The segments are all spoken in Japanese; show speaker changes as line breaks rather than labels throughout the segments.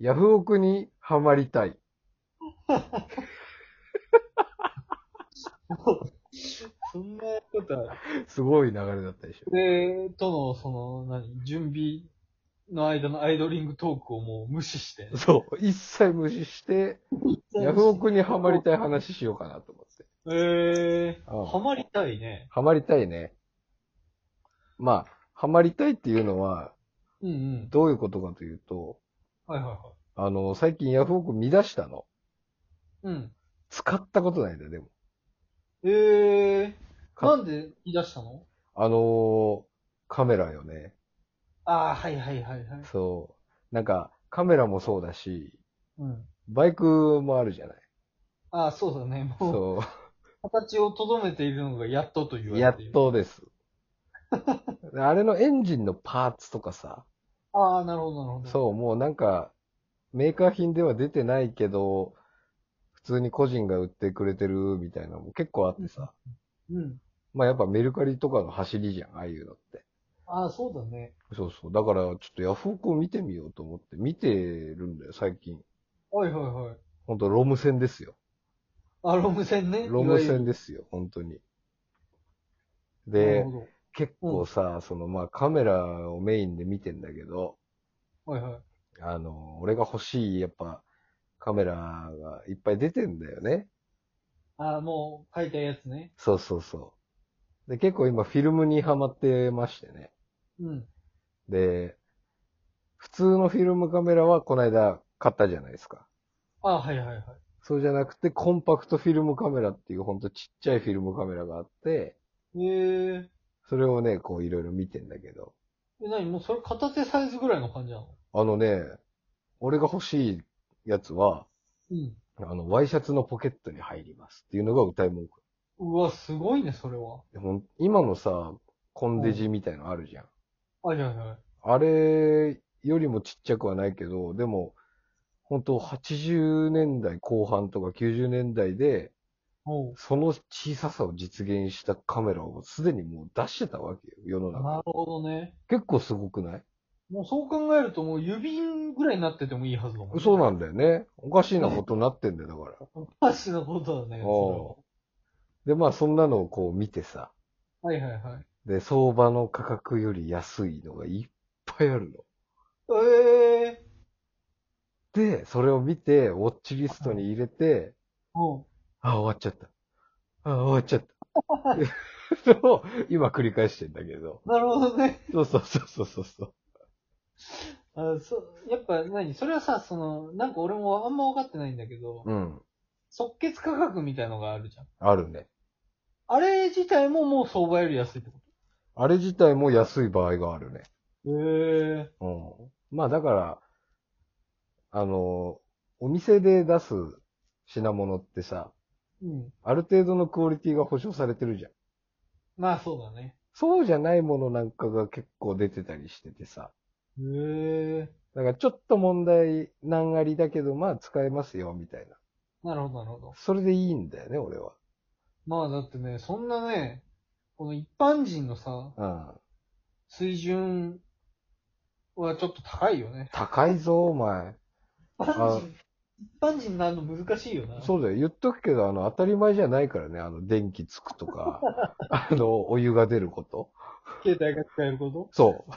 ヤフオクにハマりたい。
そんなことは、
すごい流れだったでしょ。
で、との、その、何、準備の間のアイドリングトークをもう無視して。
そう。一切無視して、ヤフオクにハマりたい話しようかなと思って。
えー、
うん
ハマりたいね。
ハマりたいね。まあ、ハマりたいっていうのは、
うんうん。
どういうことかというと、
はいはいはい。
あの、最近ヤフオク見出したの。
うん。
使ったことないんだよ、でも。
えー、
か
なんで言い出したの
あのーカメラよね。
ああ、はいはいはいはい。
そう。なんか、カメラもそうだし、
うん。
バイクもあるじゃない。
ああ、そうだね。もう、
そ
形をとどめているのがやっとと言わ
う。
れ
やって
いる。。
とです。あれのエンジンのパーツとかさ、
ああ、なるほどなるほど。
そう、もうなんか、メーカー品では出てないけど、普通に個人が売ってくれてるみたいなのも結構あってさ。
うん。
まあやっぱメルカリとかの走りじゃん、ああいうのって。
ああ、そうだね。
そうそう。だから、ちょっとヤフオクを見てみようと思って、見てるんだよ、最近。
はいはいはい。
ほんと、ロム線ですよ。
あ、ロム線ね。
ロム
いわゆ
線
る
ですよ、本当に。
な
で
る、ほど。
結構さ、その、まあ、カメラをメインで見てんだけど、
はいはい。
あの、俺が欲しい、やっぱ、カメラがいっぱい出てんだよね。
ああ、もう、書いたやつね。
そうそうそう。で、結構今、フィルムにハマってましてね。
うん。
で、普通のフィルムカメラはこの間買ったじゃないですか。
ああ、はいはいはい。
そうじゃなくて、コンパクトフィルムカメラっていう、ほんとちっちゃいフィルムカメラがあって、
えー、
それをね、こういろいろ見てんだけど、
え、なにもうそれ片手サイズぐらいの感じなの
あのね、俺が欲しいやつは、
うん。
あの、ワイシャツのポケットに入りますっていうのが歌い文句。
うわ、すごいね、それは。
でも今のさ、コンデジみたいのあるじゃん。
はいはいはい。
あれよりもちっちゃくはないけど、でも、本当80年代後半とか90年代で、
おう。
その小ささを実現したカメラをすでにもう出してたわけよ、世の中。
なるほどね。
結構すごくない
もうそう考えるともう指ぐらいになっててもいいはずだもん、
そうなんんだよね。おかしいなことになってんだよ、だから。
おかしなことだね。
おで、まあそんなのをこう見てさ、
それははいはいはい。
で、相場の価格より安いのがいっぱいあるの。
ええ
で、それを見て、ウォッチリストに入れて、
ー。おう。
あ、終わっちゃった。あ、終わっちゃった。でを今繰り返してんだけど。
なるほどね。
そうそうそうそうそうそう。
あそやっぱ何それはさ、その、なんか俺もあんま分かってないんだけど、
うん。
即決価格みたいのがあるじゃん。
あるね。
あれ自体ももう相場より安いってこ
あれ自体も安い場合があるね。
とへえ
うん。まあだから、あの、お店で出す品物ってさ、
うん。
ある程度のクオリティが保証されてるじゃん。
まあそうだね。
そうじゃないものなんかが結構出てたりしててさ。
へえ
だからちょっと問題難ありだけど、まあ使えますよ、みたいな。
なるほど、なるほど。
それでいいんだよね、俺は。
まあだってね、そんなね、この一般人のさ、
うん。
水準はちょっと高いよね。
高いぞ、お前。
一般人、一般人なの難しいよな。
そうだよ。言っとくけど、あの、当たり前じゃないからね。あの、電気つくと か、あの、お湯が出ること。
携帯が使えること
そう。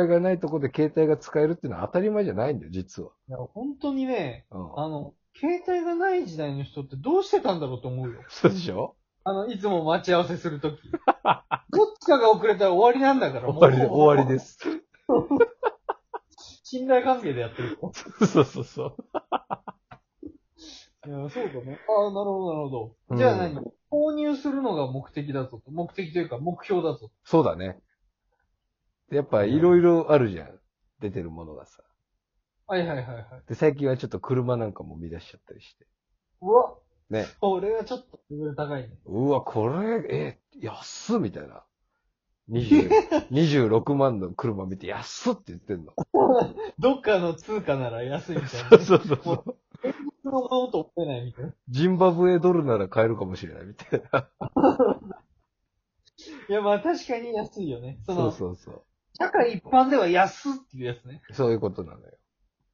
Wi-Fi がないとこで携帯が使えるっていうのは当たり前じゃないんだよ、実は。
いや、本当にね、
うん。
あの、携帯がない時代の人ってどうしてたんだろうと思うよ。
そうでしょ
あの、いつも待ち合わせする とき。どっちかが遅れたら終わりなんだから、。
終わりで、終わりですす。
信頼関係でやってる。
そうそうそう。
いや、そうだね。ああ、なるほど、なるほ
うん
ど。じゃあ何、購入するのが目的だぞと。目的というか目標だぞ
そうだね。でやっぱ、いろいろあるじゃん。出てるものがさ。
と。はいはいはいはい。
で、最近はちょっと車なんかも見出しちゃったりして。
うわ
ね。
これはちょっとレベル高いね。
うわ、これ、え、安っみたいな。20 26万の車見て安っって言ってんの。
どっかの通貨なら安いみた
そう
いな。
そうそうそう。
そのものと思えないみたいな。
ジンバブエドルなら買えるかもしれないみたいな。
いや、まあ確かに安いよね。そ
そう
の、
そうそう。
社会一般では安っていうやつね。
そういうことなのよ。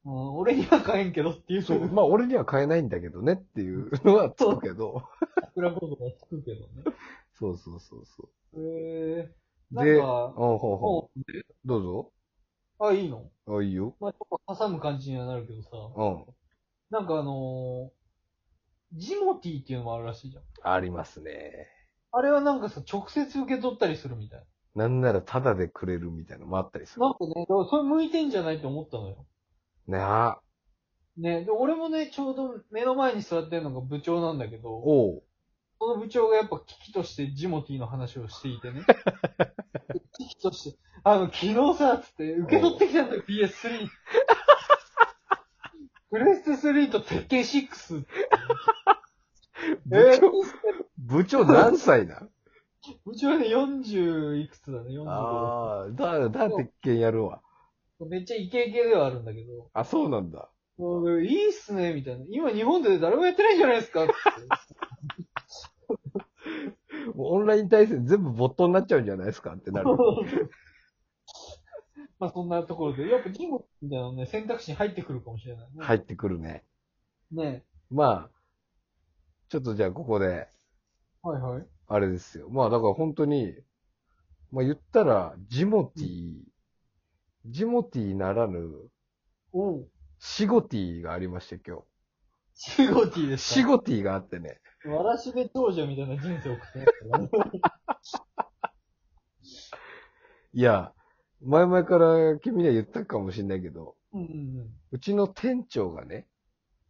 うん、俺には買えんけどっていう。
そう。
う。
まあ、俺には買えないんだけどねっていうのはつくけど。
桜ボードはつくけどね。
そうそうそうそ
へえ
う。
な
で、
ん
あ
か、
ほうほう
も
う。どうぞ。
う、あ、いいの
あ、いいよ。
まあ、ちょっと挟む感じにはなるけどさ、
うん。
なんかあのージモティっていうのもあるらしいじゃん。
ありますね。
あれはなんかさ、直接受け取ったりするみたい。
なんならタダでくれるみたいなのもあったりする
なん。かね、だからそれ向いてんじゃないって思ったのよ。
ねあ。
ね、で、俺もね、ちょうど目の前に座ってるのが部長なんだけど、
おう。
この部長がやっぱ危機としてジモティの話をしていて ね。危機として、あの、昨日さ、つって、受け取ってきたんだよ、PS3。プレステ3と鉄拳6。え
部長、
ー
部長何歳なん
部長ね、40いくつだね、45。
ああ、だ、だってっけんやるわ。
めっちゃイケイケではあるんだけど、
あ、そうなんだ。
もういいっすね、みたいな。今日本で誰もやってないんじゃない ですかって。
もうオンライン対戦全部ボットになっちゃうんじゃないですかってなる。
まあそんなところで、やっぱジモティみたいなのね、選択肢に入ってくるかもしれない、ね。
入ってくるね。
ね
まあ、ちょっとじゃあここで、
はいはい。
あれですよ。まあだから本当に、まあ言ったら、ジモティ、ジモティならぬ、
おう。
シゴティがありまして今
シゴティで
日。
す
シ
か。
ゴティがあってね。
わらしべ長者みたいな人生を送っ てますからね。
いや、前々から君には言ったかもしんないけど、
うんうんうん。
うちの店長がね、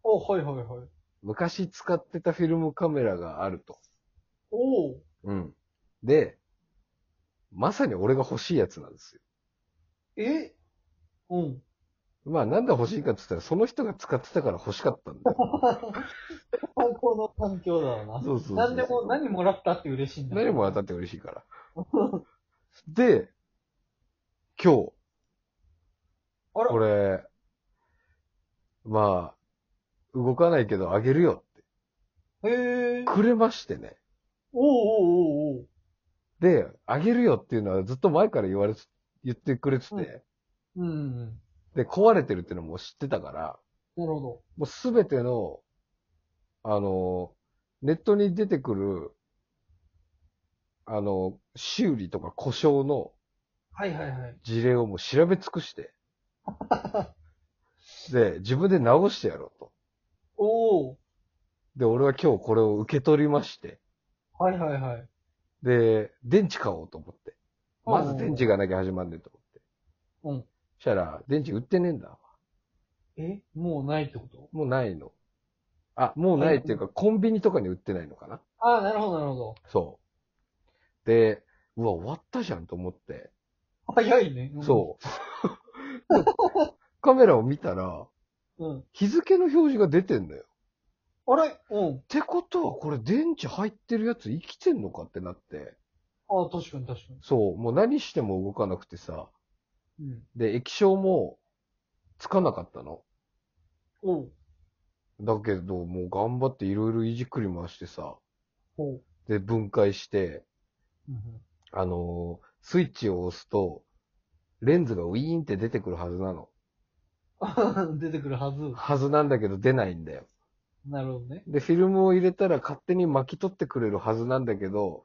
お、はいはいはい。
昔使ってたフィルムカメラがあると。
おう。
うん。で、まさに俺が欲しいやつなんですよ。
えうん。
まあなんで欲しいかって言ったら、その人が使ってたから欲しかったん だよ。
最高の環境だろうな。
そうそうそう
何でも、何もらったって嬉しいんだ
何も当たって嬉しいから。で、今日、
あら、
これ、まあ、動かないけどあげるよっ
へ
て。。
え
くれましてね。
おうおうおうおう。
で、あげるよっていうのはずっと前から言われつ、言ってくれてて、
うんうんうん。
で、壊れてるっていうのも知ってたから、
なるほ
もうすべての、あの、ネットに出てくる、あの、修理とか故障の
ど。はいはいはい。
事例をもう調べ尽くして、で、自分で直してやろうと。
おお。
で、俺は今日これを受け取りまして、
はいはいはい。
で、電池買おうと思って。まず電池
が。
がなきゃ始まんねえと思って。
うん。
そしたら、電池売ってねえんだ。
えもうないってこと
もうないの。あ、もうないっていうか、コンビニとかに売ってないのかな。
ああ、なるほどなるほど。
そう。で、うわ、終わったじゃんと思って。
早いね。ん
そう。 でカメラを見たら、
うん。
日付の表示が出てんのよ。っ
あれうん。
てことは、これ電池入ってるやつ生きてんのかってなって。
ああ、確かに確かに。
そう、もう何しても動かなくてさ。
うん。
で、液晶もつかなかったの。
おう。
だけど、もう頑張っていろいろいじっくり回してさ。
おう。
で、分解して、
うん
あのースイッチを押すと、レンズがウィーンって出てくるはずなの。
うん 出てくるはず。
はずなんだけど出ないんだよ。
なるほどね。
で、フィルムを入れたら勝手に巻き取ってくれるはずなんだけど、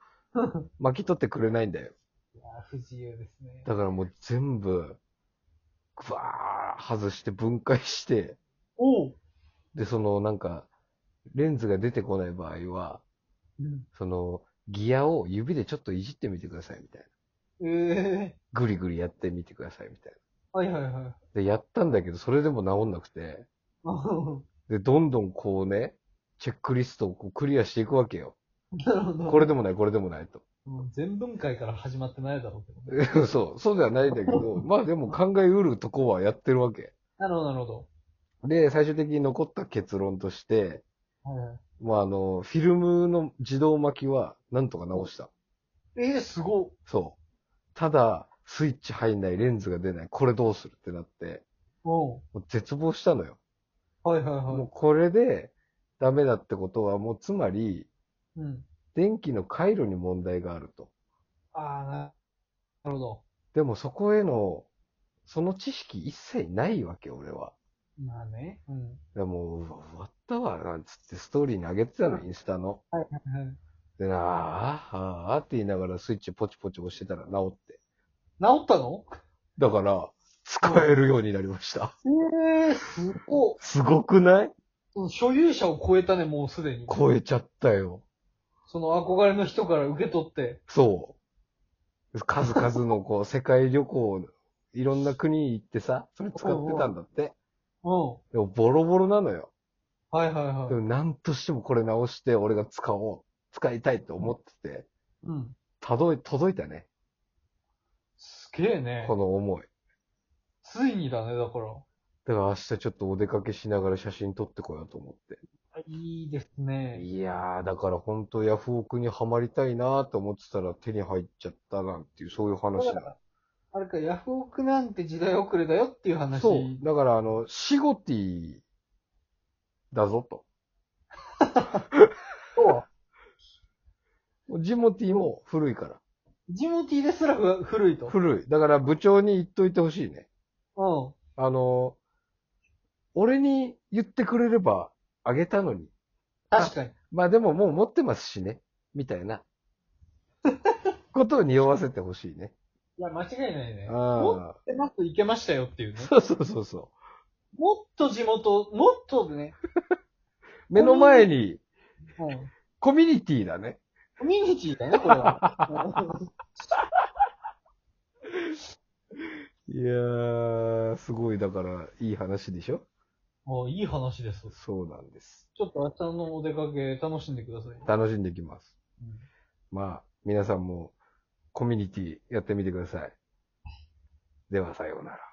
巻き取ってくれないんだよ。
いやー、不自由ですね。
だからもう全部、ぐわー外して分解して、
おう。
で、そのなんか、レンズが出てこない場合は、
うん。
その、ギアを指でちょっといじってみてくださいみたいな。
ええ
ぐりぐりやってみてくださいみたい
はいはい はい。
な。で、やったんだけど、それでも治んなくて、
うん
で、どんどんこうね、チェックリストをこうクリアしていくわけよ。
なるほど。
これでもない、これでもないと。
もう全文解から始まってないだろうけど ね。
そう、そうではないんだけ ど、まあでも考えうるとこはやってるわけ。
なるほどなるほど。
で、最終的に残った結論として、
はいはい。
まああの、フィルムの自動巻きはなんとか直した。
ええすごっ。
そう。ただ、スイッチ入んない、レンズが出ない、これどうするってなって、
おう。
もう絶望したのよ。
はいはいは
もう
い。
これでダメだってことは、もうつまり、
うん。
電気の回路に問題があると。
ああ、ななるほど。
でもそこへの、その知識一切ないわけ、俺は。
まあね。うん。
でもう、うわ終わったわ、なんつってストーリーに上げてたの、インスタの。でなあ、ああ、ああって言いながらスイッチポチポチ押してたら治って。
治ったの
だから、使えるようになりました。
ええすご
すごくない
い。所有者を超えたね、もうすでに。
超えちゃったよ。
その憧れの人から受け取って。
そう。数々の こう、世界旅行、いろんな国行ってさ、それ使ってたんだって。
うん。
でもボロボロなのよ。
はいはいは
で
い。
も何としてもこれ直して、俺が使おう。使いたいと思ってて、
うん。
届い、届いたね。
すげえね
こ。の思い。
ついにだね、だから。
だから明日ちょっとお出かけしながら写真撮ってこようと思って。
いいですね。
いやー、だから本当ヤフオクにはまりたいなーと思ってたら手に入っちゃったなんていう、そういう話
だか
だ。
らあれか、ヤフオクなんて時代遅れだよっていう話。
そう。だからあの、シゴティだぞと。
そう
ジモティも古いから。
ジモティーですらふ古いと。
古い。だから部長に言っといてほしいね。
うん。
あの、俺に言ってくれればあげたのに。
確かに。
まあでももう持ってますしね。みたい な。ことを匂わせてほしいね。
いや、間違いないね。もっ
ああ。
ともっといけましたよっていうね。
そうそうそうそう。
もっと地元、もっとね、
目の前に、
うん
コミュニティだね。
コミュニティだよね、これは。
いやー、すごい、だから、いい話でしょ
もういい話です。ち
そうなんです。
ょっと明日のお出かけ楽しんでください。
楽しんできます。
うん
まあ、皆さんも、コミュニティやってみてください。では、さようなら。